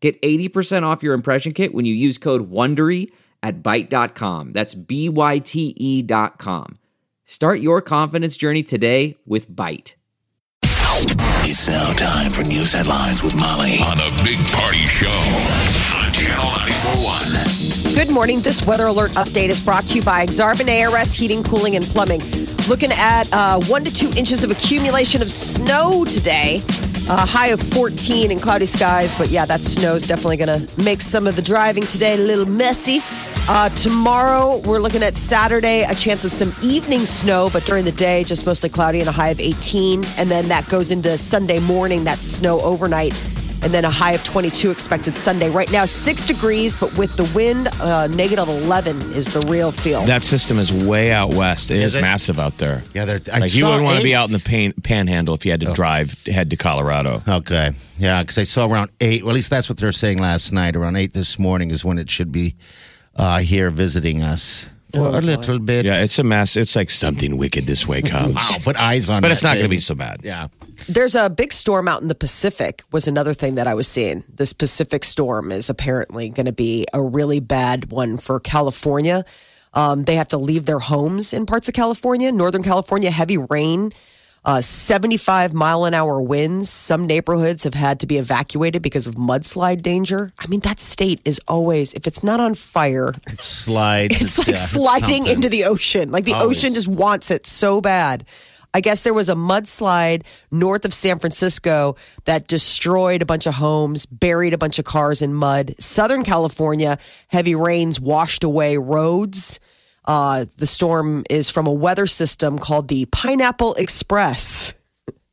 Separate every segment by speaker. Speaker 1: Get 80% off your impression kit when you use code WONDERY at Byte.com. That's B-Y-T-E E dot com. Start your confidence journey today with Byte.
Speaker 2: It's now time for news headlines with Molly on the Big Party Show on Channel 941.
Speaker 3: Good morning. This weather alert update is brought to you by Xarban ARS Heating, Cooling, and Plumbing. Looking at uh, one to two inches of accumulation of snow today. A high of 14 and cloudy skies. But yeah, that snow is definitely going to make some of the driving today a little messy. Uh, tomorrow, we're looking at Saturday, a chance of some evening snow, but during the day, just mostly cloudy and a high of 18. And then that goes into Sunday morning, that snow overnight and then a high of 22 expected Sunday. Right now, six degrees, but with the wind, uh, negative 11 is the real feel.
Speaker 4: That system is way out west. It is
Speaker 5: it?
Speaker 4: massive out there.
Speaker 5: Yeah, they're- I
Speaker 4: like you
Speaker 5: saw
Speaker 4: wouldn't want to be
Speaker 5: eight. Oh.
Speaker 4: out in the pan, panhandle if you had to drive head to Colorado.
Speaker 5: Okay. Yeah, because I saw around eight. Well, at least that's what they're saying last night. Around eight this morning is when it should be uh, here visiting us for a little bit.
Speaker 4: Yeah, it's a mess. It's like something wicked this way comes.
Speaker 5: Wow. Put eyes on.
Speaker 4: But
Speaker 5: that
Speaker 4: it's not going to
Speaker 5: thing.
Speaker 4: be so bad.
Speaker 5: Yeah.
Speaker 3: There's a big storm out in the Pacific, was another thing that I was seeing. This Pacific storm is apparently going to be a really bad one for California. Um, they have to leave their homes in parts of California, Northern California, heavy rain. Uh, 75 mile an hour winds. Some neighborhoods have had to be evacuated because of mudslide danger. I mean, that state is always, if it's not on fire,
Speaker 5: Slides.
Speaker 3: it's like sliding into the ocean. Like the ocean just wants it so bad. I guess there was a mudslide north of San Francisco that destroyed a bunch of homes, buried a bunch of cars in mud. Southern California, heavy rains washed away roads. Uh, the storm is from a weather system called the Pineapple Express.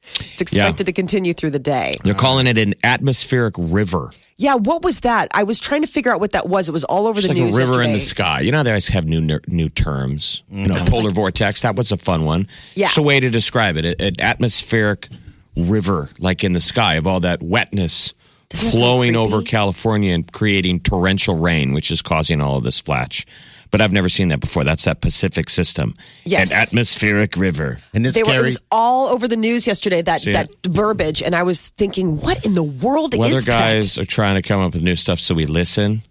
Speaker 3: It's expected to continue through the day.
Speaker 4: They're calling it an atmospheric river.
Speaker 3: Yeah, what was that? I was trying to figure out what that was. It was all over
Speaker 4: It's
Speaker 3: the
Speaker 4: like a
Speaker 3: news.
Speaker 4: river in the
Speaker 3: yesterday. Mm-hmm.
Speaker 4: sky. You know, they always have new ner- new terms. You know, polar vortex. That was a fun one.
Speaker 3: Yeah.
Speaker 4: It's a way to describe it. A- An atmospheric river, like in the sky, of all that wetness
Speaker 3: Doesn't that sound
Speaker 4: flowing over
Speaker 3: creepy?
Speaker 4: California and creating torrential rain, which is causing all of this flash. But I've never seen that before. That's that Pacific system.
Speaker 3: Yes.
Speaker 4: An atmospheric river.
Speaker 5: And this
Speaker 3: They were, it
Speaker 5: Gary,
Speaker 3: was all over the news yesterday that
Speaker 4: See
Speaker 3: that verbiage, and I was thinking, what in the world
Speaker 4: Weather
Speaker 3: is
Speaker 4: guys are trying to come up with new stuff so we listen.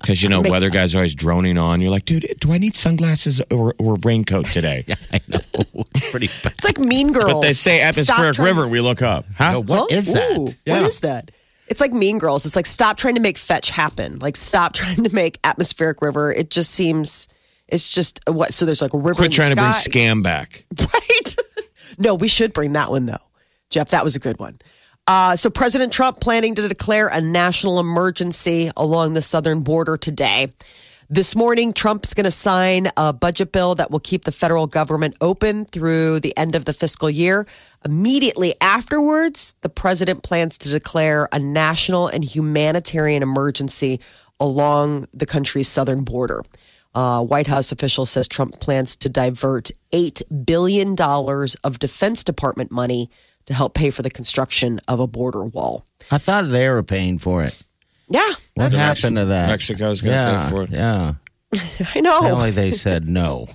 Speaker 4: Because, you know, weather guys are always droning on. You're like, dude, do I need sunglasses or, or raincoat today?
Speaker 5: I know. Pretty bad.
Speaker 3: that? It's like Mean Girls.
Speaker 4: But they say
Speaker 3: Stop
Speaker 4: atmospheric
Speaker 3: trying-
Speaker 4: river. We look up, huh?
Speaker 5: No, what
Speaker 3: Huh?
Speaker 5: is that?
Speaker 3: Ooh,
Speaker 5: Yeah.
Speaker 3: What is that? It's like Mean Girls. It's like stop trying to make fetch happen. Like stop trying to make atmospheric river. It just seems it's just what. So there's like a river.
Speaker 4: Quit
Speaker 3: in
Speaker 4: trying
Speaker 3: the
Speaker 4: to bring
Speaker 3: sky.
Speaker 4: scam back.
Speaker 3: Right? no, we should bring that one though. Jeff, that was a good one. Uh, so President Trump planning to declare a national emergency along the southern border today. This morning, Trump's going to sign a budget bill that will keep the federal government open through the end of the fiscal year. Immediately afterwards, the president plans to declare a national and humanitarian emergency along the country's southern border. Uh, White House official says Trump plans to divert eight billion dollars of Defense Department money to help pay for the construction of a border wall.
Speaker 5: I thought they were paying for it.
Speaker 3: Yeah,
Speaker 5: What happened to that?
Speaker 4: Mexico's gonna
Speaker 5: yeah,
Speaker 4: pay for it.
Speaker 5: Yeah.
Speaker 3: I know.
Speaker 5: Apparently they said no.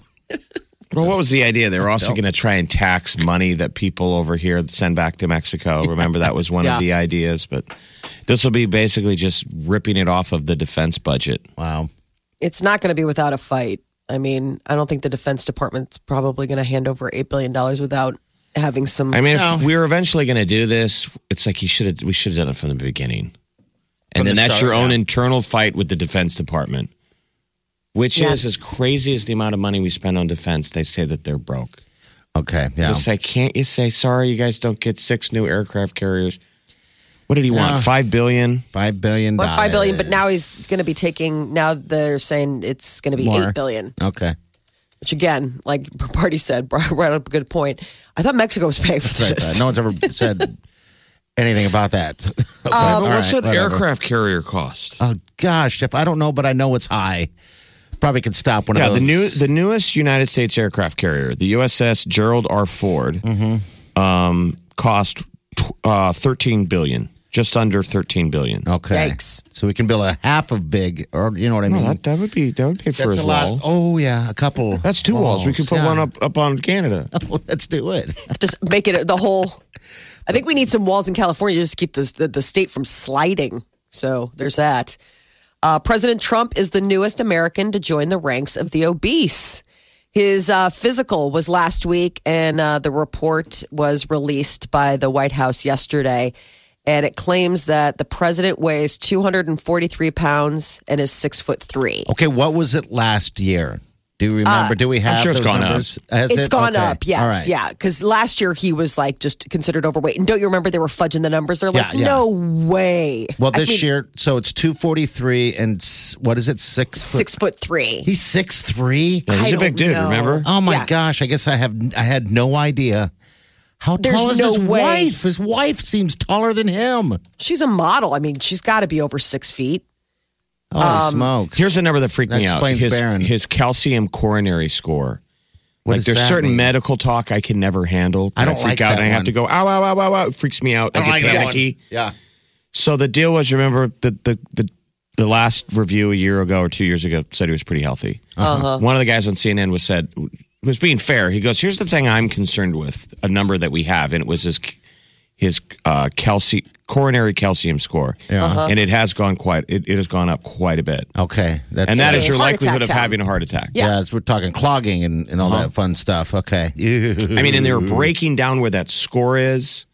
Speaker 4: Well, what was the idea? They were also going to try and tax money that people over here send back to Mexico. Remember, that was one
Speaker 5: Yeah.
Speaker 4: of the ideas. But this will be basically just ripping it off of the defense budget.
Speaker 5: Wow.
Speaker 3: It's not going to be without a fight. I mean, I don't think the Defense Department's probably going to hand over eight billion dollars without having some.
Speaker 4: I mean, if we were eventually going to do this, it's like you should have. We should have done it from the beginning, and
Speaker 5: From
Speaker 4: then
Speaker 5: the
Speaker 4: that's
Speaker 5: start,
Speaker 4: your own
Speaker 5: yeah.
Speaker 4: internal fight with the Defense Department, which
Speaker 3: Yeah.
Speaker 4: is as crazy as the amount of money we spend on defense. They say that they're broke.
Speaker 5: Okay. Yeah.
Speaker 4: Just say, can't you say, sorry, you guys don't get six new aircraft carriers? What did he want?
Speaker 5: Yeah.
Speaker 4: Five billion?
Speaker 5: Five billion
Speaker 3: what
Speaker 5: dollars.
Speaker 3: five billion? But now he's going to be taking. Now they're saying it's going to be
Speaker 5: More.
Speaker 3: eight billion.
Speaker 5: Okay.
Speaker 3: Which again, like Party said, brought up a good point. I thought Mexico was paying for
Speaker 5: Right,
Speaker 3: this.
Speaker 5: uh, No one's ever said anything about that. Okay, all
Speaker 4: What's
Speaker 5: right,
Speaker 4: an
Speaker 5: whatever.
Speaker 4: aircraft carrier cost?
Speaker 5: Oh gosh, Jeff, I don't know, but I know it's high. Probably could stop one
Speaker 4: Yeah,
Speaker 5: of
Speaker 4: the
Speaker 5: those.
Speaker 4: new the newest United States aircraft carrier, the USS Gerald R. Ford, um, cost tw- uh, thirteen billion, just under thirteen billion.
Speaker 5: Okay.
Speaker 3: Yikes.
Speaker 5: So we can build a half of big, or you know what I
Speaker 4: No,
Speaker 5: mean?
Speaker 4: that that would be that would pay for
Speaker 5: That's
Speaker 4: his
Speaker 5: a lot.
Speaker 4: wall.
Speaker 5: Oh yeah, a couple.
Speaker 4: That's two walls. We could put
Speaker 5: yeah.
Speaker 4: one up up on Canada.
Speaker 5: Let's do it.
Speaker 3: Just make it the whole. I think we need some walls in California just to keep the, the, the state from sliding. So there's that. Uh, President Trump is the newest American to join the ranks of the obese. His uh, physical was last week, and uh, the report was released by the White House yesterday. And it claims that the president weighs 243 pounds and is six foot three.
Speaker 5: Okay, what was it last year? Do you remember? do we have?
Speaker 4: Uh, sure it's
Speaker 5: those
Speaker 4: gone up.
Speaker 5: numbers? Has
Speaker 3: It's
Speaker 5: it?
Speaker 3: gone
Speaker 5: Okay.
Speaker 3: up, yes,
Speaker 5: All right.
Speaker 3: yeah. Because last year he was like just considered overweight, and don't you remember they were fudging the numbers? They're like,
Speaker 5: Yeah, yeah.
Speaker 3: no way.
Speaker 5: Well,
Speaker 3: I
Speaker 5: this
Speaker 3: mean,
Speaker 5: year, so it's two forty three, and s- what is it? Six.
Speaker 3: six
Speaker 5: Foot,
Speaker 3: foot three.
Speaker 5: he's six three.
Speaker 4: Yeah, he's
Speaker 3: I
Speaker 4: a big
Speaker 3: don't
Speaker 4: dude.
Speaker 3: know.
Speaker 4: Remember?
Speaker 5: Oh my
Speaker 3: Yeah.
Speaker 5: gosh! I guess I have. I had no idea. How
Speaker 3: There's
Speaker 5: tall is
Speaker 3: no
Speaker 5: his
Speaker 3: way.
Speaker 5: wife? His wife seems taller than him.
Speaker 3: She's a model. I mean, she's got to be over six feet.
Speaker 5: Holy
Speaker 3: Um,
Speaker 5: smokes!
Speaker 4: Here's a number that freaked
Speaker 5: That
Speaker 4: me out.
Speaker 5: explains
Speaker 4: His
Speaker 5: Barron.
Speaker 4: his calcium coronary score.
Speaker 5: What
Speaker 4: like
Speaker 5: does
Speaker 4: there's
Speaker 5: that
Speaker 4: certain
Speaker 5: mean?
Speaker 4: medical talk I can never handle.
Speaker 5: I don't
Speaker 4: freak
Speaker 5: like
Speaker 4: out
Speaker 5: that
Speaker 4: and I have
Speaker 5: one.
Speaker 4: to go ow ow ow ow ow. It freaks me out. I, get panicky.
Speaker 5: Yeah.
Speaker 4: So the deal was, remember the the the, the last review a year ago or two years ago said he was pretty healthy.
Speaker 5: Uh-huh.
Speaker 4: One of the guys on CNN was said was being fair. He goes, "Here's the thing I'm concerned with: a number that we have, and it was his his uh, calci coronary calcium score,
Speaker 5: Yeah. Uh-huh.
Speaker 4: and it has gone quite it, it has gone up quite a bit,
Speaker 5: Okay. That's
Speaker 4: and that
Speaker 5: it.
Speaker 4: is your
Speaker 3: Heart attack
Speaker 4: likelihood of
Speaker 3: time.
Speaker 4: having a heart attack."
Speaker 5: Yeah, it's- we're talking clogging and, and all that fun stuff. Okay.
Speaker 4: Uh-huh. I mean, and they were
Speaker 3: Mm-hmm.
Speaker 4: breaking down where that score is.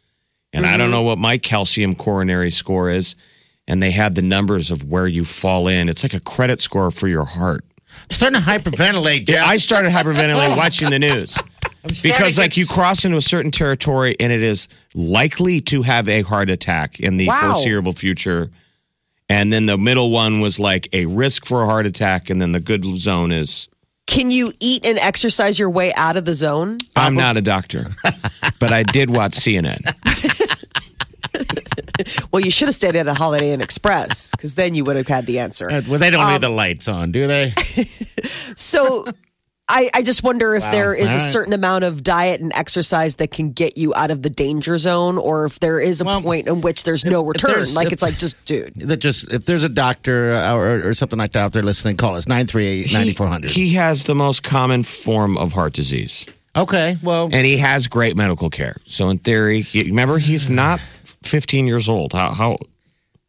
Speaker 4: And I don't know what my calcium coronary score is. And they had the numbers of where you fall in. It's like a credit score for your heart.
Speaker 5: starting to hyperventilate. Jeff.
Speaker 4: I started hyperventilating watching the news. Because, like, you cross into a certain territory and it is likely to have a heart attack in the
Speaker 3: Wow.
Speaker 4: foreseeable future. And then the middle one was like a risk for a heart attack. And then the good zone is
Speaker 3: Can you eat and exercise your way out of the zone?
Speaker 4: I'm not a doctor, but I did watch CNN.
Speaker 3: Well, you should have stayed at a Holiday Inn Express because then you would have had the answer.
Speaker 5: well, they don't
Speaker 3: Um,
Speaker 5: leave the lights on, do they?
Speaker 3: So I, I just wonder if there is a
Speaker 5: All right.
Speaker 3: certain amount of diet and exercise that can get you out of the danger zone, or if there is a point in which there's no return.
Speaker 5: there's-
Speaker 3: like
Speaker 5: if-
Speaker 3: it's like just dude.
Speaker 5: That just if there's a doctor uh, or, or something like that out there listening, call us 938-9400.
Speaker 4: He has the most common form of heart disease,
Speaker 5: okay. Well,
Speaker 4: and he has great medical care. So in theory, he, remember he's not 15 years old. How? how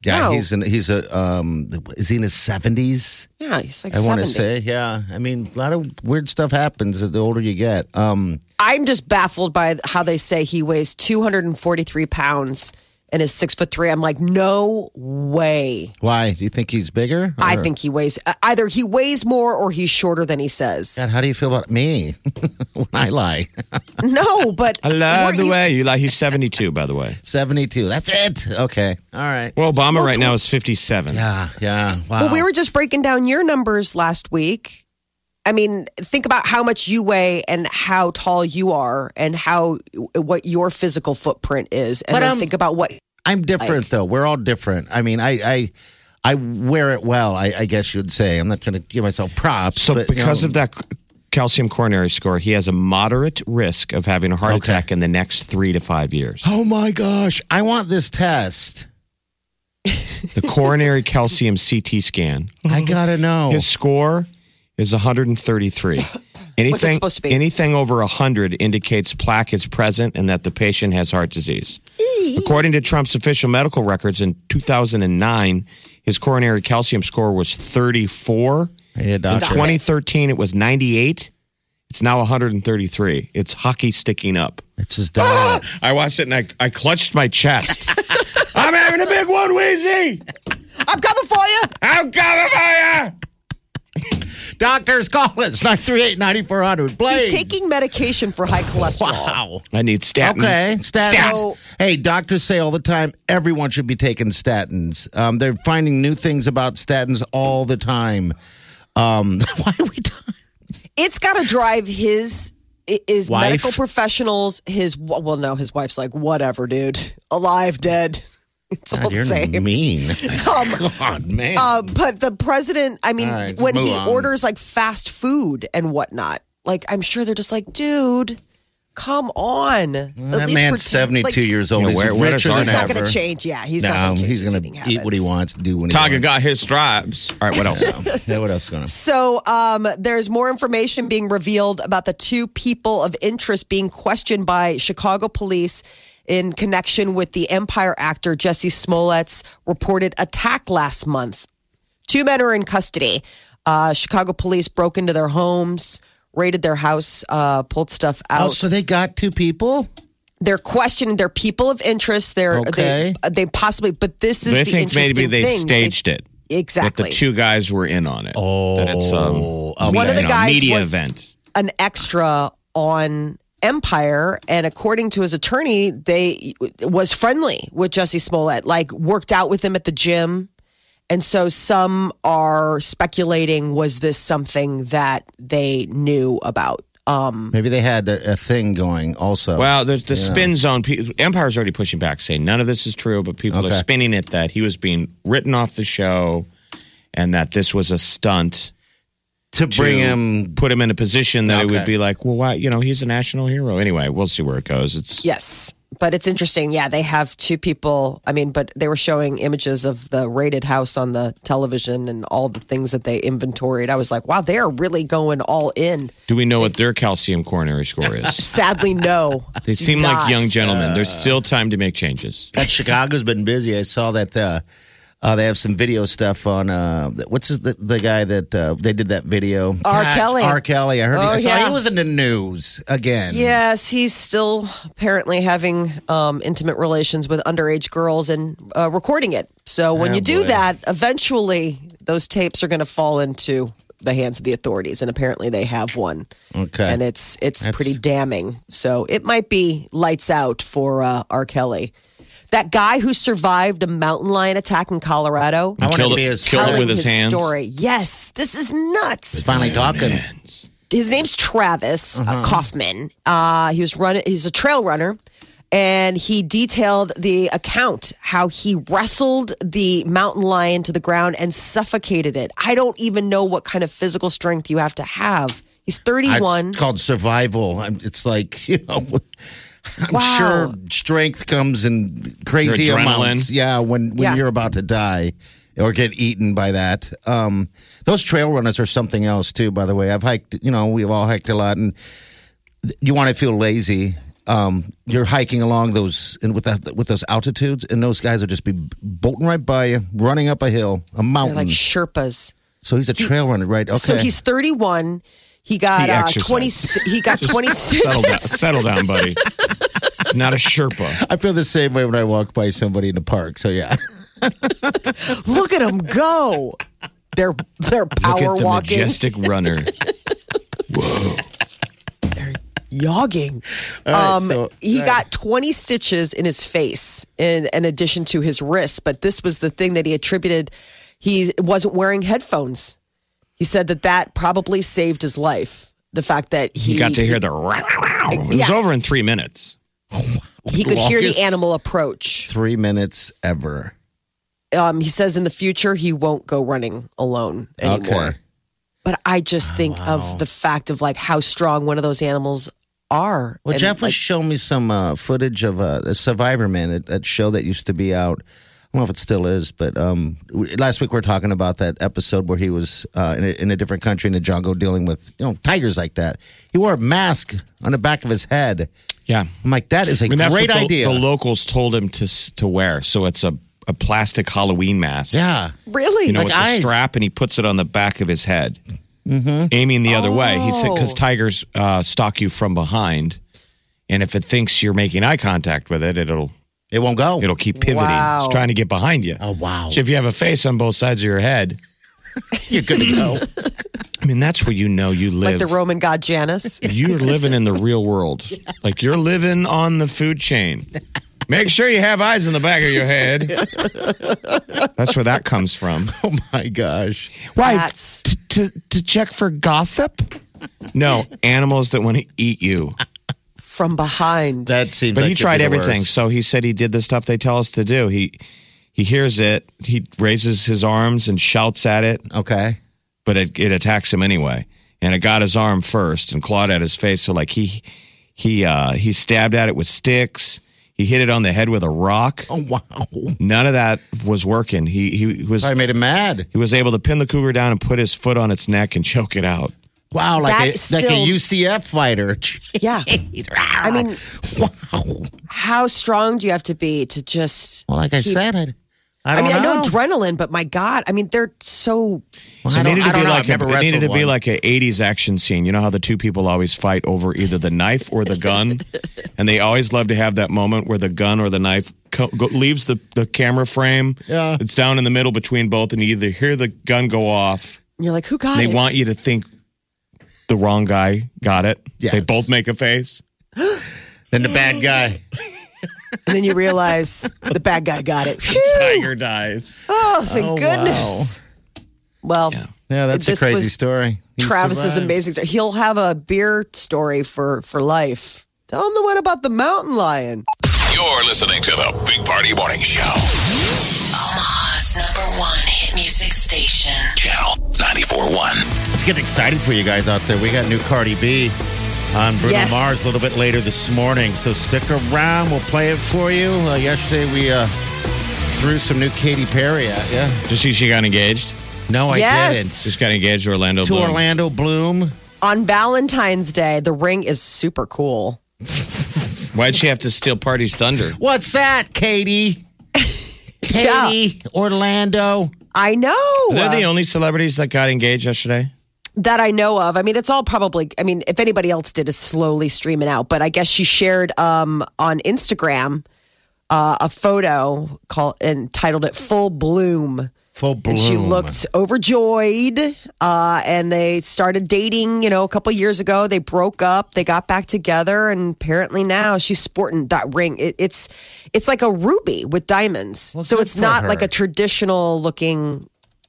Speaker 5: yeah,
Speaker 3: No.
Speaker 5: he's in, he's a um, is he in his seventies?
Speaker 3: Yeah, he's like
Speaker 5: I want to
Speaker 3: 70.
Speaker 5: say, yeah. I mean, a lot of weird stuff happens the older you get. Um,
Speaker 3: I'm just baffled by how they say he weighs 243 pounds and is six foot three. I'm like, no way.
Speaker 5: why do you think he's bigger?
Speaker 3: I
Speaker 5: Or-
Speaker 3: think he weighs uh, either he weighs more or he's shorter than he says.
Speaker 5: God, how do you feel about me when I lie?
Speaker 3: No, but
Speaker 4: I love
Speaker 3: weren't
Speaker 4: the
Speaker 3: you-
Speaker 4: way you like. He's 72, by the way.
Speaker 5: Seventy-two. That's it. Okay. All right.
Speaker 4: Well, Obama right now is 57.
Speaker 5: Yeah. Yeah. Wow.
Speaker 3: Well, we were just breaking down your numbers last week. I mean, think about how much you weigh and how tall you are and how uh, what your physical footprint is and
Speaker 5: But,
Speaker 3: then
Speaker 5: um,
Speaker 3: think about what
Speaker 5: I'm different though. We're all different. I mean, I I, I wear it well. I, I guess you would say. I'm not going to give myself props.
Speaker 4: So
Speaker 5: but, um, you
Speaker 4: because
Speaker 5: know,
Speaker 4: of that c- calcium coronary score, he has a moderate risk of having a heart
Speaker 5: Okay.
Speaker 4: attack in the next three to five years.
Speaker 5: oh my gosh, I want this test.
Speaker 4: The coronary calcium CT scan.
Speaker 5: I gotta know.
Speaker 4: His score is 133. Anything,
Speaker 3: supposed to be?
Speaker 4: Anything over 100 indicates plaque is present and that the patient has heart disease. According to Trump's official medical records in 2009, his coronary calcium score was 34.
Speaker 5: I need a
Speaker 4: In
Speaker 5: doctor.
Speaker 4: 2013, it. was 98. It's now 133. It's hockey sticking up.
Speaker 5: It's his dog.
Speaker 4: I watched it and I, I clutched my chest. I'm having a big one, Wheezy.
Speaker 3: I'm coming for you.
Speaker 4: I'm coming for you.
Speaker 5: Doctors, call us 938-9400. Blaze.
Speaker 3: He's taking medication for high cholesterol.
Speaker 5: Wow.
Speaker 4: I need statins.
Speaker 5: Okay, statins.
Speaker 3: Statins.
Speaker 5: Hey, doctors say all the time everyone should be taking statins. Um, they're finding new things about statins all the time. Um, why are we talking?
Speaker 3: it's got to drive his his
Speaker 5: Wife?
Speaker 3: medical professionals his well no his wife's like whatever dude alive dead It's all
Speaker 5: God,
Speaker 3: the
Speaker 5: you're
Speaker 3: same.
Speaker 5: mean.
Speaker 3: Um,
Speaker 5: God, man.
Speaker 3: uh, but the president, I mean,
Speaker 5: All right,
Speaker 3: when
Speaker 5: move
Speaker 3: he
Speaker 5: on.
Speaker 3: orders like fast food and whatnot, like I'm sure they're just like, dude, come on. At
Speaker 5: that
Speaker 3: least
Speaker 5: man's
Speaker 3: pretend-
Speaker 5: 72
Speaker 3: like,
Speaker 5: years old.
Speaker 4: Yeah,
Speaker 5: he's
Speaker 4: where- where does
Speaker 5: richer
Speaker 4: our
Speaker 5: than
Speaker 3: He's not going
Speaker 5: ever.
Speaker 3: to change. Yeah, he's not
Speaker 5: No,
Speaker 3: going to change.
Speaker 5: he's
Speaker 3: going to
Speaker 5: eat what he wants, do what he
Speaker 4: Taga
Speaker 5: wants.
Speaker 4: got his stripes. All right, what else?
Speaker 5: Yeah, what else is going to
Speaker 3: So um, there's more information being revealed about the two people of interest being questioned by Chicago police in connection with the Empire actor Jesse Smollett's reported attack last month. Two men are in custody. Uh, Chicago police broke into their homes, raided their house, uh, pulled stuff out.
Speaker 5: Oh, so they got two people?
Speaker 3: they're questioning their people of interest. They're
Speaker 5: Okay.
Speaker 3: they, they possibly, but this is
Speaker 4: they
Speaker 3: the
Speaker 4: think maybe
Speaker 3: interesting
Speaker 4: they
Speaker 3: thing.
Speaker 4: staged it.
Speaker 3: exactly.
Speaker 4: That the two guys were in on it. Oh, that it's um,
Speaker 3: One of the
Speaker 4: you know,
Speaker 3: guys
Speaker 4: media
Speaker 3: was-
Speaker 4: event.
Speaker 3: an extra on Empire, and according to his attorney, they was friendly with Jesse Smollett, like worked out with him at the gym. And so some are speculating was this something that they knew about? Um,
Speaker 5: Maybe they had a, a thing going also.
Speaker 4: Well, there's the spin zone. pe- Empire's already pushing back, saying none of this is true, but people are
Speaker 5: Okay.
Speaker 4: spinning it that he was being written off the show and that this was a stunt
Speaker 5: to
Speaker 4: to
Speaker 5: bring him.
Speaker 4: put him in a position that it would be
Speaker 5: Okay.
Speaker 4: like, well, why? You know, he's a national hero. Anyway, we'll see where it goes. It's
Speaker 3: yes, but it's interesting. Yeah, they have two people. I mean, but they were showing images of the raided house on the television and all the things that they inventoried. I was like, wow, they're really going all in.
Speaker 4: do we know what their calcium coronary score is?
Speaker 3: Sadly, no.
Speaker 4: They seem
Speaker 3: Not.
Speaker 4: like young gentlemen. There's still time to make changes.
Speaker 5: That Chicago's been busy. I saw that uh, uh, they have some video stuff on. Uh, what's his- the, the guy that uh, they did that video?
Speaker 3: R.
Speaker 5: God,
Speaker 3: Kelly.
Speaker 5: R. Kelly. I heard. he,
Speaker 3: Oh,
Speaker 5: I saw
Speaker 3: yeah.
Speaker 5: he was in the news again.
Speaker 3: Yes, he's still apparently having um, intimate relations with underage girls and uh, recording it. So when
Speaker 5: Oh,
Speaker 3: you do
Speaker 5: boy.
Speaker 3: that, eventually those tapes are going to fall into the hands of the authorities, and apparently they have one,
Speaker 5: Okay.
Speaker 3: and it's it's pretty damning. So it might be lights out for uh, R. Kelly, that guy who survived a mountain lion attack in Colorado.
Speaker 5: I want to
Speaker 4: Killed
Speaker 5: be
Speaker 4: it-
Speaker 5: his.
Speaker 4: killed it
Speaker 3: telling
Speaker 4: with his hands.
Speaker 3: story. Yes, this is nuts
Speaker 5: He's finally
Speaker 4: Oh,
Speaker 5: talking.
Speaker 3: his name's Travis uh,
Speaker 4: Uh-huh.
Speaker 3: Kaufman. Uh, he was run. He's a trail runner, and he detailed the account how he wrestled the mountain lion to the ground and suffocated it. I don't even know what kind of physical strength you have to have. He's
Speaker 5: I-
Speaker 3: thirty-one.
Speaker 5: It's called survival. I'm, it's like you know. I'm
Speaker 3: Wow.
Speaker 5: sure strength comes in crazy
Speaker 4: Your adrenaline.
Speaker 5: amounts. Yeah, when when
Speaker 3: Yeah.
Speaker 5: you're about to die or get eaten by that. Um, those trail runners are something else too. By the way, I've hiked. You know, we've all hiked a lot, and th- you want to feel lazy. Um, you're hiking along those and with that with those altitudes, and those guys will just be bolting right by you, running up a hill, a
Speaker 3: They're
Speaker 5: mountain.
Speaker 3: like Sherpas.
Speaker 5: so he's a trail runner, right? Okay.
Speaker 3: So he's thirty-one. He got
Speaker 4: He
Speaker 3: uh,
Speaker 4: exercised.
Speaker 3: twenty. st- He got twenty
Speaker 4: Settle down,
Speaker 3: stitches.
Speaker 4: settle down, buddy. It's not a Sherpa.
Speaker 5: I feel the same way when I walk by somebody in the park. So yeah.
Speaker 3: Look at him go. They're they're
Speaker 4: Look
Speaker 3: power
Speaker 4: at the
Speaker 3: walking,
Speaker 4: majestic runner.
Speaker 3: yogging.
Speaker 5: right,
Speaker 3: Um,
Speaker 5: so-
Speaker 3: he
Speaker 5: all
Speaker 3: got 20 stitches in his face in, in addition to his wrist, but this was the thing that he attributed. He wasn't wearing headphones. He said that that probably saved his life. The fact that he,
Speaker 4: You got to hear the. row, row. It was
Speaker 3: Yeah.
Speaker 4: over in three minutes.
Speaker 3: he could hear the
Speaker 5: Longest
Speaker 3: animal approach.
Speaker 5: Three minutes ever.
Speaker 3: Um, he says in the future he won't go running alone anymore.
Speaker 5: Okay. Oh,
Speaker 3: But I just think of the fact of like how strong one of those animals are.
Speaker 5: Well,
Speaker 3: And,
Speaker 5: Jeff was
Speaker 3: like,
Speaker 5: showing me some uh, footage of uh, a Survivor Man, that, that show that used to be out. I don't know if it still is, but um, we, last week we were talking about that episode where he was uh, in, a, in a different country in the jungle dealing with you know tigers like that. He wore a mask on the back of his head.
Speaker 4: Yeah.
Speaker 5: I'm like, that is a
Speaker 4: I mean, that's
Speaker 5: great
Speaker 4: what the,
Speaker 5: idea.
Speaker 4: The locals told him to s- to wear, so it's a, a plastic Halloween mask.
Speaker 5: yeah,
Speaker 3: really
Speaker 4: you know,
Speaker 5: Like
Speaker 4: with
Speaker 5: eyes.
Speaker 4: the strap, and he puts it on the back of his head,
Speaker 5: Mm-hmm.
Speaker 4: aiming the other way. He
Speaker 5: Oh.
Speaker 4: said because tigers uh, stalk you from behind, and if it thinks you're making eye contact with it, it'll
Speaker 5: it won't go.
Speaker 4: it'll keep pivoting.
Speaker 3: Wow.
Speaker 4: It's trying to get behind you.
Speaker 5: oh wow,
Speaker 4: So if you have a face on both sides of your head,
Speaker 5: you're good to go.
Speaker 4: I mean, that's where you know you
Speaker 3: like
Speaker 4: live.
Speaker 3: the Roman god Janus.
Speaker 4: you're living in the real world. Like you're living on the food chain. Make sure you have eyes in the back of your head. That's where that comes from.
Speaker 5: oh my gosh,
Speaker 4: Why?
Speaker 3: That's-
Speaker 4: T- to, to check for gossip? No, animals that want to eat you.
Speaker 3: from behind.
Speaker 5: That seems.
Speaker 4: But
Speaker 5: like
Speaker 4: he
Speaker 5: it'd be
Speaker 4: tried
Speaker 5: the
Speaker 4: everything.
Speaker 5: worst.
Speaker 4: So he said he did the stuff they tell us to do. He he hears it, he raises his arms and shouts at it,
Speaker 5: okay.
Speaker 4: but it, it attacks him anyway. And it got his arm first and clawed at his face. So like he he uh, he stabbed at it with sticks. He hit it on the head with a rock.
Speaker 5: Oh wow!
Speaker 4: None of that was working. He he was
Speaker 5: I made him mad.
Speaker 4: he was able to pin the cougar down and put his foot on its neck and choke it out.
Speaker 5: Wow, like
Speaker 3: That
Speaker 5: a,
Speaker 3: is
Speaker 5: like
Speaker 3: still-
Speaker 5: a UCF fighter.
Speaker 3: yeah. I mean,
Speaker 5: wow.
Speaker 3: how strong do you have to be to just?
Speaker 5: Well, like I said, I, I
Speaker 3: I
Speaker 5: don't
Speaker 3: mean, I know
Speaker 5: know.
Speaker 3: adrenaline, but my God, I mean, they're so.
Speaker 5: Well,
Speaker 4: So
Speaker 5: I
Speaker 4: it
Speaker 5: don't-
Speaker 4: needed
Speaker 5: I
Speaker 4: to
Speaker 5: don't
Speaker 4: be
Speaker 5: know.
Speaker 4: like
Speaker 5: I've never
Speaker 4: a, it needed
Speaker 5: wrestled
Speaker 4: to be
Speaker 5: one.
Speaker 4: like a '80s action scene. You know how the two people always fight over either the knife or the gun, and they always love to have that moment where the gun or the knife co- go, leaves the, the camera frame.
Speaker 5: Yeah.
Speaker 4: it's down in the middle between both, and you either hear the gun go off.
Speaker 3: And you're like, who got
Speaker 4: They
Speaker 3: it?
Speaker 4: want you to think the wrong guy got it.
Speaker 5: Yes.
Speaker 4: They both make a face.
Speaker 5: Then the bad guy.
Speaker 3: and then you realize the bad guy got it. Phew.
Speaker 4: Tiger dies.
Speaker 3: Oh, thank
Speaker 5: Oh, wow.
Speaker 3: goodness. Well,
Speaker 5: Yeah, that's
Speaker 3: This
Speaker 5: a crazy
Speaker 3: was
Speaker 5: story. He
Speaker 3: Travis's
Speaker 5: survived.
Speaker 3: amazing story. He'll have a beer story for for life. Tell him the one about the mountain lion.
Speaker 2: You're listening to the Big Party Morning Show.
Speaker 6: Omaha's number one hit music station.
Speaker 2: Channel 94.1.
Speaker 5: Let's get excited for you guys out there. We got new Cardi B on Bruno
Speaker 3: Yes.
Speaker 5: Mars a little bit later this morning, so stick around. We'll play it for you. Uh, yesterday we uh, threw some new Katy Perry at you.
Speaker 4: Did you see she got engaged?
Speaker 5: No, I
Speaker 3: Yes.
Speaker 5: didn't.
Speaker 4: Just got engaged to Orlando.
Speaker 5: To
Speaker 4: Bloom.
Speaker 5: Orlando Bloom.
Speaker 3: On Valentine's Day, the ring is super cool.
Speaker 4: Why'd she have to steal Party's thunder?
Speaker 5: What's that, Katie? Katie, Orlando.
Speaker 3: I know.
Speaker 4: They're the only celebrities that got engaged yesterday.
Speaker 3: that I know of. I mean, it's all probably. I mean, if anybody else did, is slowly streaming out. But I guess she shared um, on Instagram uh, a photo called and titled it "Full Bloom."
Speaker 5: Full bloom.
Speaker 3: And she looked overjoyed. Uh, and they started dating, you know, a couple years ago. They broke up. They got back together, and apparently now she's sporting that ring. It, it's it's like a ruby with diamonds.
Speaker 5: Well,
Speaker 3: so
Speaker 5: good
Speaker 3: it's
Speaker 5: for
Speaker 3: not
Speaker 5: her.
Speaker 3: like a traditional looking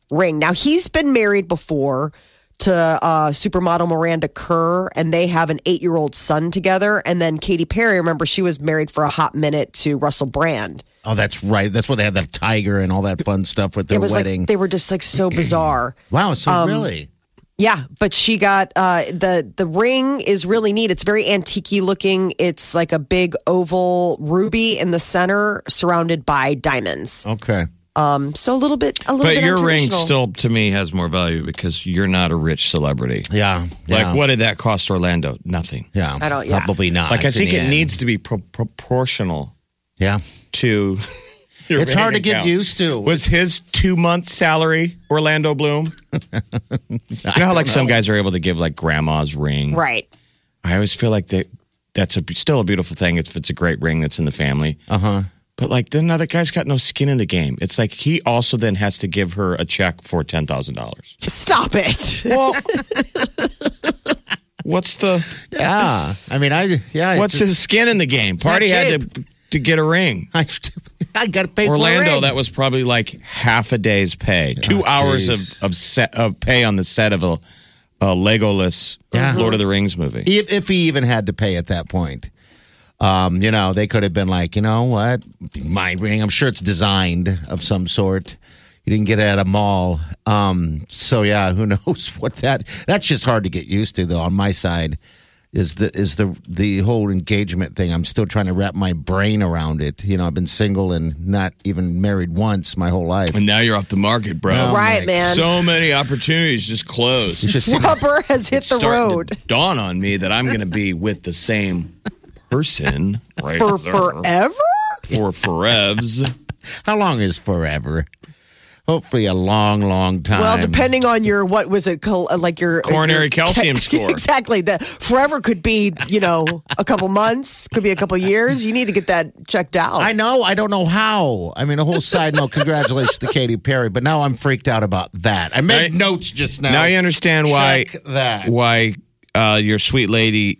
Speaker 3: ring. Now he's been married before to uh, supermodel Miranda Kerr, and they have an eight-year-old son together. And then Katy Perry, remember, she was married for a hot minute to Russell Brand.
Speaker 5: Oh, that's right. That's where they had that tiger and all that fun stuff with
Speaker 3: It
Speaker 5: their
Speaker 3: was
Speaker 5: wedding.
Speaker 3: like they um, were just like so bizarre.
Speaker 5: wow. So really,
Speaker 3: Yeah, but she got uh, the the ring is really neat. It's very antique looking. It's like a big oval ruby in the center, surrounded by diamonds.
Speaker 5: okay.
Speaker 3: Um, so a little bit, a little
Speaker 4: But
Speaker 3: bit.
Speaker 4: your ring
Speaker 3: untraditional.
Speaker 4: still, to me, has more value because you're not a rich celebrity.
Speaker 5: Yeah. yeah.
Speaker 4: Like, what did that cost Orlando? Nothing.
Speaker 5: Yeah.
Speaker 3: I don't- yeah.
Speaker 5: Probably not.
Speaker 4: Like, I
Speaker 5: in
Speaker 4: think
Speaker 5: the
Speaker 4: it
Speaker 5: end.
Speaker 4: needs to be pro- proportional
Speaker 5: Yeah.
Speaker 4: to. Your
Speaker 5: It's hard to
Speaker 4: ring
Speaker 5: get
Speaker 4: account.
Speaker 5: used to.
Speaker 4: Was his two month salary Orlando Bloom? you know how like some guys are able to give like grandma's ring.
Speaker 3: right.
Speaker 4: I always feel like that that's a, still a beautiful thing if it's a great ring that's in the family.
Speaker 5: Uh huh.
Speaker 4: But like then other guy's got no skin in the game. It's like he also then has to give her a check for ten thousand dollars.
Speaker 3: Stop it.
Speaker 4: Well, what's the
Speaker 5: Yeah. I mean, I, yeah.
Speaker 4: what's
Speaker 5: it's
Speaker 4: his skin in the game?
Speaker 5: not
Speaker 4: Party had to to get a ring.
Speaker 5: just- I, got to pay for a
Speaker 4: Orlando,
Speaker 5: ring. Oh,
Speaker 4: that was probably like half a day's pay, two hours
Speaker 5: geez.
Speaker 4: of of set of pay on the set of a, a Legoless
Speaker 5: Yeah.
Speaker 4: Lord of the Rings movie.
Speaker 5: if, if he even had to pay at that point. Um, you know, they could have been like, you know what, my ring. I'm sure it's designed of some sort. You didn't get it at a mall. Um, so yeah, who knows what that? That's just hard to get used to, though. On my side, is the is the the whole engagement thing. I'm still trying to wrap my brain around it. You know, I've been single and not even married once my whole life.
Speaker 4: And now you're off the market, bro.
Speaker 3: right, man.
Speaker 4: So many opportunities just closed.
Speaker 5: It's Oh, just
Speaker 3: Rubber has hit the
Speaker 4: starting
Speaker 3: road
Speaker 4: to dawn on me that I'm going to be with the same person right
Speaker 3: for
Speaker 4: there
Speaker 3: forever.
Speaker 4: for forevs.
Speaker 5: how long is forever? Hopefully, a long, long time.
Speaker 3: Well, depending on your what was it col- uh, like your
Speaker 4: Coronary
Speaker 3: your-
Speaker 4: calcium score.
Speaker 3: exactly. The forever could be you know a couple months, could be a couple years. You need to get that checked out.
Speaker 5: I know. I don't know how. I mean, a whole side note. Congratulations to Katy Perry, but now I'm freaked out about that. I made
Speaker 4: Right.
Speaker 5: notes just now.
Speaker 4: Now you understand why
Speaker 5: Check that.
Speaker 4: why uh, your sweet lady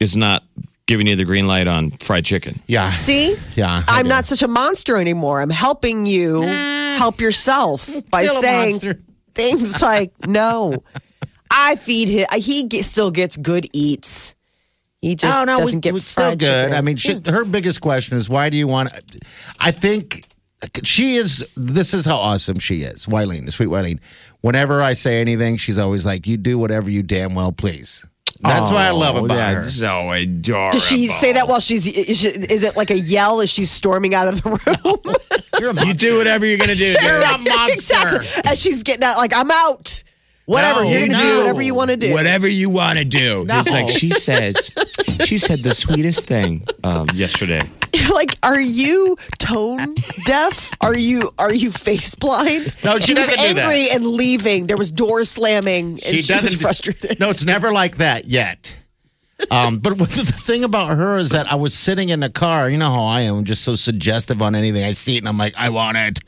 Speaker 4: is not giving you the green light on fried chicken.
Speaker 5: Yeah.
Speaker 3: See?
Speaker 5: Yeah, I
Speaker 3: I'm
Speaker 5: do.
Speaker 3: not such a monster anymore. I'm helping you help yourself by
Speaker 5: Still a
Speaker 3: saying
Speaker 5: monster.
Speaker 3: things like, no, I feed him. He ge- still gets good eats. He just
Speaker 5: oh, no,
Speaker 3: doesn't
Speaker 5: we,
Speaker 3: get
Speaker 5: we're still
Speaker 3: fried
Speaker 5: good.
Speaker 3: chicken.
Speaker 5: I mean, she, her biggest question is why do you want? I think she is. This is how awesome she is, Wileen, the sweet Wileen. Whenever I say anything, she's always like, "You do whatever you damn well please." That's what I love about her.
Speaker 4: Oh, That's so adorable.
Speaker 3: Does she say that while she's? Is, she, is it like a yell as she's storming out of the room?
Speaker 5: You're a monster.
Speaker 4: You do whatever you're gonna do.
Speaker 5: You're
Speaker 4: dude.
Speaker 5: a monster.
Speaker 3: As she's getting out, like I'm out.
Speaker 5: Oh,
Speaker 3: Whatever
Speaker 4: No,
Speaker 3: you're gonna do,
Speaker 4: no.
Speaker 3: whatever you want to do.
Speaker 4: Whatever you want to do.
Speaker 5: No.
Speaker 4: It's like she says. She said the sweetest thing um, yesterday.
Speaker 3: You're like, are you tone deaf? Are you are you face blind?
Speaker 5: No, she
Speaker 3: was
Speaker 5: doesn't do that.
Speaker 3: angry and leaving. There was door slamming, and she, was
Speaker 5: doesn't-
Speaker 3: frustrated.
Speaker 5: No, it's never like that yet. Um, but what- the thing about her is that I was sitting in the car. You know how I am, just so suggestive on anything. I see it and I'm like, I want it.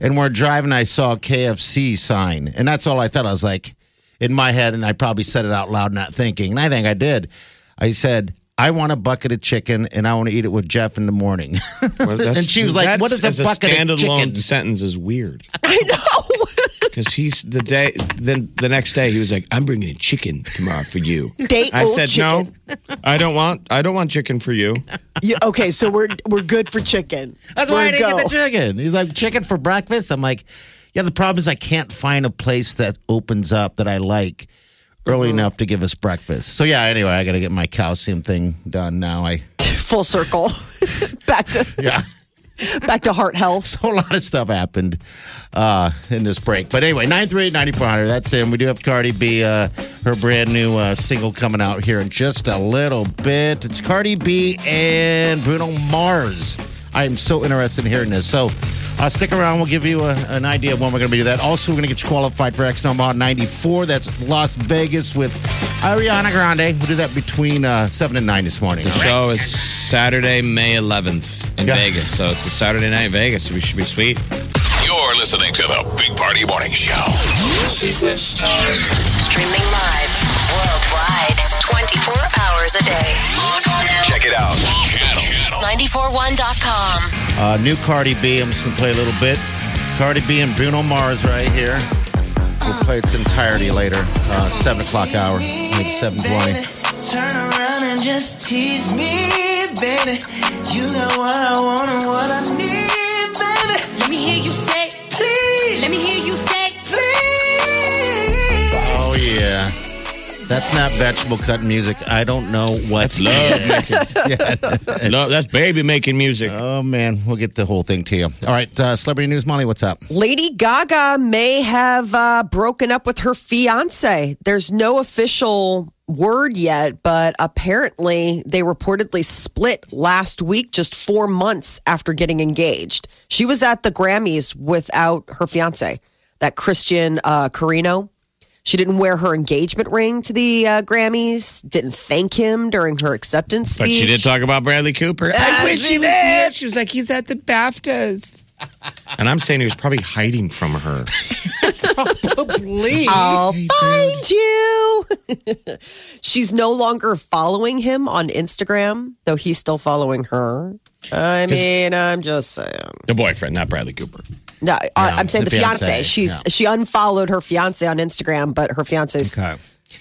Speaker 5: And we're driving. I saw a KFC sign, and that's all I thought. I was like, in my head, and I probably said it out loud, not thinking. And I think I did. I said, I want a bucket of chicken, and I want to eat it with Jeff in the morning. and she was like, "What is a
Speaker 4: as
Speaker 5: bucket
Speaker 4: a standalone
Speaker 5: of chicken?"
Speaker 4: sentence is weird
Speaker 3: I know.
Speaker 4: because he's the day. Then the next day he was like, "I'm bringing in chicken tomorrow for you."
Speaker 3: Day
Speaker 4: I
Speaker 3: old
Speaker 4: said,
Speaker 3: chicken.
Speaker 4: "No, I don't want. I don't want chicken for you."
Speaker 3: You, okay, so we're we're good for chicken.
Speaker 5: That's
Speaker 3: We're
Speaker 5: why I didn't
Speaker 3: go.
Speaker 5: get the chicken. He's like, chicken for breakfast? I'm like, yeah, the problem is I can't find a place that opens up that I like early enough to give us breakfast. So, yeah, anyway, I got to get my calcium thing done now. I,
Speaker 3: full circle back to
Speaker 5: yeah,
Speaker 3: back to heart health.
Speaker 5: a whole lot of stuff happened uh, in this break. But anyway, 938 9400, that's him. We do have Cardi B, uh, her brand new uh, single coming out here in just a little bit. It's Cardi B and Bruno Mars. I am so interested in hearing this. So uh, stick around. We'll give you a, an idea of when we're going to do that. Also, we're going to get you qualified for X Nomad 94. That's Las Vegas with Ariana Grande. We'll do that between uh, 7 and 9 this morning.
Speaker 4: The show is Saturday, May 11th in
Speaker 5: Yeah.
Speaker 4: Vegas, so it's a Saturday night in Vegas. We should be sweet.
Speaker 2: You're listening to the Big Party Morning Show.
Speaker 6: Streaming live worldwide 24 hours a day. Log on now.
Speaker 2: Check it out. Channel,
Speaker 6: 941.com.
Speaker 5: Uh, new Cardi B. I'm just gonna play a little bit. Cardi B and Bruno Mars right here. We'll play its entirety later. Uh, seven o'clock hour, maybe seven twenty.
Speaker 7: Turn around and just tease me, baby. You got what I want and what I need, baby.
Speaker 8: Let me hear you say,
Speaker 7: Please,
Speaker 8: let me hear you say,
Speaker 7: please.
Speaker 5: Oh yeah, that's not vegetable cut music. I don't know what.
Speaker 4: That's love. love. That's baby making music.
Speaker 5: Oh man, we'll get the whole thing to you. All right, uh, celebrity news, Molly. What's up?
Speaker 3: Lady Gaga may have uh, broken up with her fiance. There's no official word yet, but apparently they reportedly split last week, just four months after getting engaged. She was at the Grammys without her fiance, that Christian uh, Carino. She didn't wear her engagement ring to the uh, Grammys, didn't thank him during her acceptance
Speaker 4: But
Speaker 3: speech.
Speaker 4: she did talk about Bradley Cooper. I
Speaker 3: Uh,
Speaker 4: wish he was here. She was like, he's at the BAFTAs. And I'm saying he was probably hiding from her.
Speaker 3: I'll find you. She's no longer following him on Instagram, though he's still following her. I mean, I'm just saying.
Speaker 4: The boyfriend, not Bradley Cooper.
Speaker 3: No, I I'm saying the,
Speaker 5: the
Speaker 3: fiance.
Speaker 5: fiancé,
Speaker 3: She's she unfollowed her fiance on Instagram, but her fiance's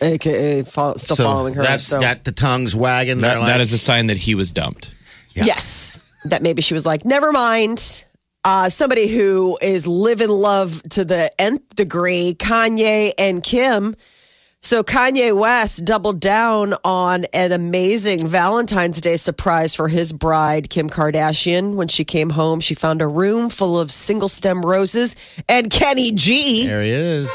Speaker 3: AKA fo- still following her.
Speaker 5: That's
Speaker 3: so
Speaker 5: got the tongues wagging.
Speaker 4: That,
Speaker 5: They're like,
Speaker 4: that is a sign that he was dumped.
Speaker 3: yes, that maybe she was like, never mind. Uh, somebody who is living love to the nth degree, Kanye and Kim. So Kanye West doubled down on an amazing Valentine's Day surprise for his bride, Kim Kardashian. When she came home, she found a room full of single stem roses and Kenny G.
Speaker 5: there he is.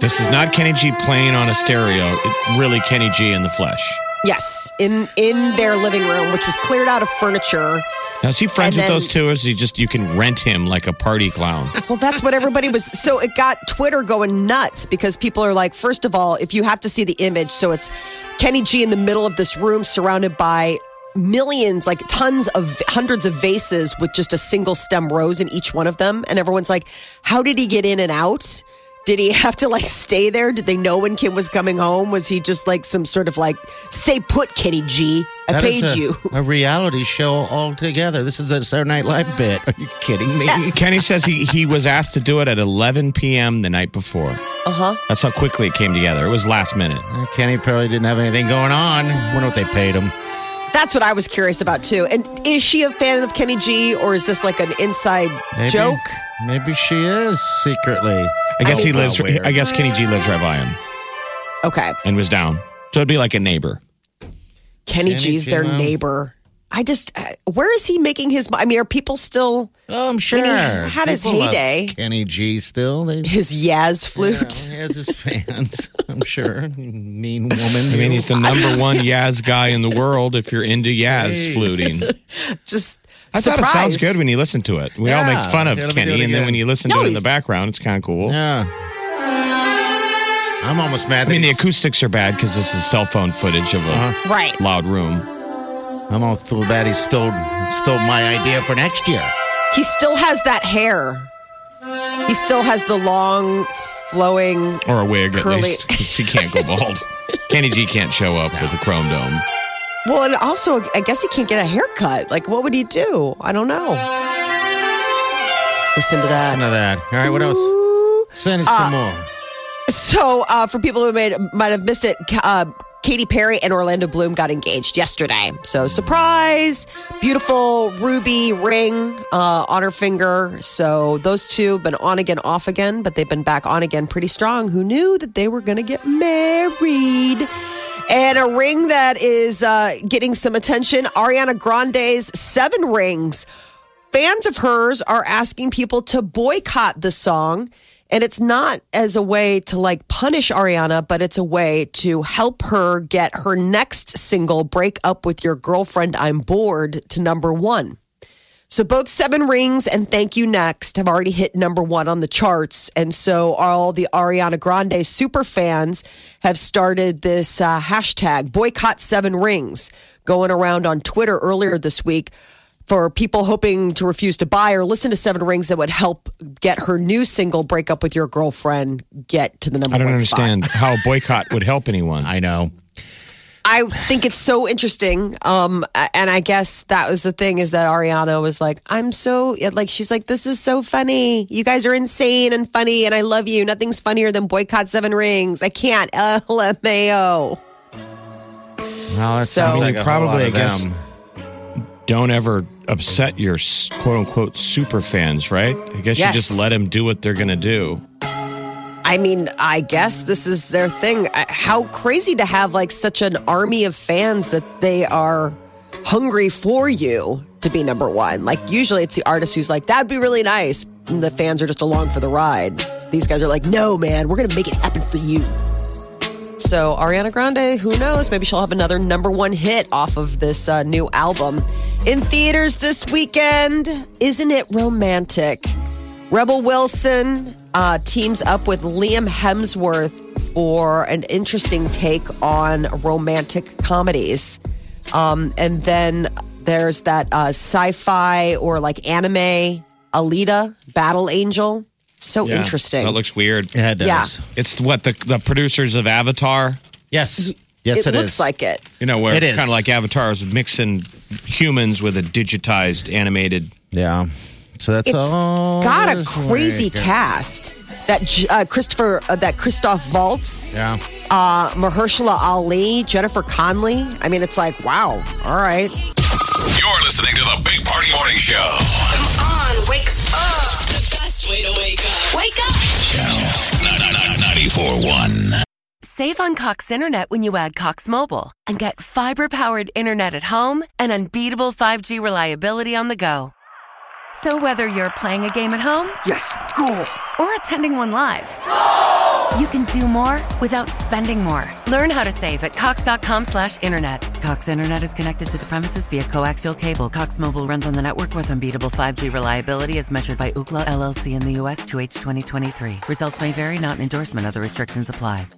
Speaker 4: This is not Kenny G playing on a stereo. It, really, Kenny G in the flesh.
Speaker 3: Yes, in in their living room, which was cleared out of furniture.
Speaker 4: Now, is he friends
Speaker 3: And
Speaker 4: with
Speaker 3: then-
Speaker 4: those two? Or is he just, you can rent him like a party clown?
Speaker 3: Well, that's what everybody was. So it got Twitter going nuts because people are like, first of all, if you have to see the image, so it's Kenny G in the middle of this room surrounded by millions, like tons of hundreds of vases with just a single stem rose in each one of them. And everyone's like, how did he get in and out? Did he have to like stay there? Did they know when Kim was coming home? Was he just like some sort of like, stay put, Kenny G? I
Speaker 5: That is
Speaker 3: paid
Speaker 5: a,
Speaker 3: you.
Speaker 5: A reality show altogether. This is a Saturday Night Live bit. Are you kidding me?
Speaker 3: Yes.
Speaker 4: Kenny says he, he was asked to do it at 11 p.m. the night before. Uh
Speaker 3: Uh-huh.
Speaker 4: huh. That's how quickly it came together. It was last minute.
Speaker 5: Kenny probably didn't have anything going on. Wonder what they paid him.
Speaker 3: That's what I was curious about too. And is she a fan of Kenny G or is this like an inside
Speaker 5: Maybe-
Speaker 3: joke?
Speaker 5: Maybe she is secretly.
Speaker 4: I guess he
Speaker 5: Oh,
Speaker 4: lives.
Speaker 5: aware.
Speaker 4: I guess Kenny G lives right by him
Speaker 3: Okay.
Speaker 4: and was down. So it'd be like a neighbor.
Speaker 3: Kenny,
Speaker 5: Kenny
Speaker 3: G's
Speaker 5: G,
Speaker 3: their
Speaker 5: no.
Speaker 3: neighbor. I just, uh, where is he making his? mo- I mean, are people still
Speaker 5: Oh, I'm sure.
Speaker 3: had his
Speaker 5: People love
Speaker 3: heyday.
Speaker 5: Kenny G still. They,
Speaker 3: his Yaz flute?
Speaker 5: he has his fans, I'm sure. Mean woman.
Speaker 4: I mean, he's the number one Yaz guy in the world. If you're into Yaz
Speaker 5: Jeez.
Speaker 4: fluting,
Speaker 3: Just
Speaker 4: I thought it sounds
Speaker 3: surprised.
Speaker 4: good when you listen to it. We all
Speaker 5: Yeah,
Speaker 4: make fun of
Speaker 5: gotta do
Speaker 4: Kenny,
Speaker 5: it
Speaker 4: and then
Speaker 5: again.
Speaker 4: when you listen
Speaker 3: No,
Speaker 4: to it in the
Speaker 3: he's-
Speaker 4: background, it's kind of cool.
Speaker 5: Yeah. I'm almost mad.
Speaker 4: I mean, the
Speaker 5: that he's-
Speaker 4: acoustics are bad because this is cell phone footage of a
Speaker 5: Uh-huh.
Speaker 3: Right.
Speaker 4: loud room.
Speaker 5: I'm all full bad. He stole stole my idea for next year.
Speaker 3: He still has that hair. He still has the long, flowing.
Speaker 4: Or a wig,
Speaker 3: Curly-
Speaker 4: at least, because he can't go bald. Kenny G can't show up with a chrome dome.
Speaker 3: Well, and also, I guess he can't get a haircut. Like, what would he do? I don't know. Listen to that.
Speaker 5: Listen to that. All right, what else? Send us some more.
Speaker 3: So, uh, for people who made, might have missed it, Ka- uh, Katy Perry and Orlando Bloom got engaged yesterday. So, surprise! Beautiful ruby ring uh, on her finger. So, those two have been on again, off again, but they've been back on again pretty strong. Who knew that they were going to get married? And a ring that is uh, getting some attention Ariana Grande's Seven Rings fans of hers are asking people to boycott the song. And it's not as a way to like punish Ariana, but it's a way to help her get her next single, Break Up With Your Girlfriend, I'm Bored, to number one. So both Seven Rings and Thank You Next have already hit number one on the charts. And so all the Ariana Grande super fans have started this uh, hashtag boycott Seven Rings going around on Twitter earlier this week for people hoping to refuse to buy or listen to Seven Rings that would help get her new single Break Up With Your Girlfriend get to the number
Speaker 4: I don't
Speaker 3: one spot.
Speaker 4: understand how a boycott would help anyone.
Speaker 5: I know.
Speaker 3: I think it's so interesting. Um, and I guess that was the thing is that Ariana was like, I'm so, like, she's like, this is so funny. You guys are insane and funny, and I love you. Nothing's funnier than Boycott Seven Rings. I can't. LMAO.
Speaker 5: Well, that
Speaker 3: So-
Speaker 5: sounds
Speaker 3: I mean,
Speaker 5: like a whole
Speaker 4: probably,
Speaker 5: lot
Speaker 4: I
Speaker 5: of
Speaker 4: guess-
Speaker 5: them.
Speaker 4: Don't ever upset your s- quote unquote super fans, right? I guess
Speaker 3: Yes.
Speaker 4: you just let them do what they're going to do.
Speaker 3: I mean, I guess this is their thing. I- How crazy to have, like, such an army of fans that they are hungry for you to be number one. Like, usually it's the artist who's like, that'd be really nice. And the fans are just along for the ride. These guys are like, no, man, we're going to make it happen for you. So, Ariana Grande, who knows? Maybe she'll have another number one hit off of this uh, new album. In theaters this weekend, isn't it romantic? Rebel Wilson uh, teams up with Liam Hemsworth for an interesting take on romantic comedies. Um, and then there's that uh, sci fi or like anime Alita, Battle Angel. So
Speaker 4: Yeah.
Speaker 3: interesting.
Speaker 4: That looks weird.
Speaker 5: Yeah, it does.
Speaker 4: It's what the, the producers of Avatar,
Speaker 5: Yes. Yes, it,
Speaker 3: looks
Speaker 5: is.
Speaker 3: like it.
Speaker 4: you know, where
Speaker 5: It is.
Speaker 4: kind of like Avatar is mixing humans with a digitized animated.
Speaker 5: Yeah. So that's
Speaker 3: It's
Speaker 5: all.
Speaker 3: got a
Speaker 5: Oh, this
Speaker 3: crazy
Speaker 5: way.
Speaker 3: cast. That J- uh, Christopher, uh, that Christoph Waltz,
Speaker 5: Yeah.
Speaker 3: uh, Mahershala Ali, Jennifer Conley. I mean, it's like, wow. All right.
Speaker 2: You're listening to the Big Party Morning Show.
Speaker 6: Come on, wake up.
Speaker 8: The best way to wake up. Wake up.
Speaker 2: Channel 941.
Speaker 9: Save on Cox Internet when you add Cox Mobile and get fiber powered internet at home and unbeatable 5G reliability on the go. So, whether you're playing a game at home, yes, cool, or attending one live, you can do more without spending more. Learn how to save at Cox.com slash internet. Cox Internet is connected to the premises via coaxial cable. Cox Mobile runs on the network with unbeatable 5G reliability as measured by Ookla LLC in the US to H2023. Results may vary, not an endorsement. Other restrictions apply.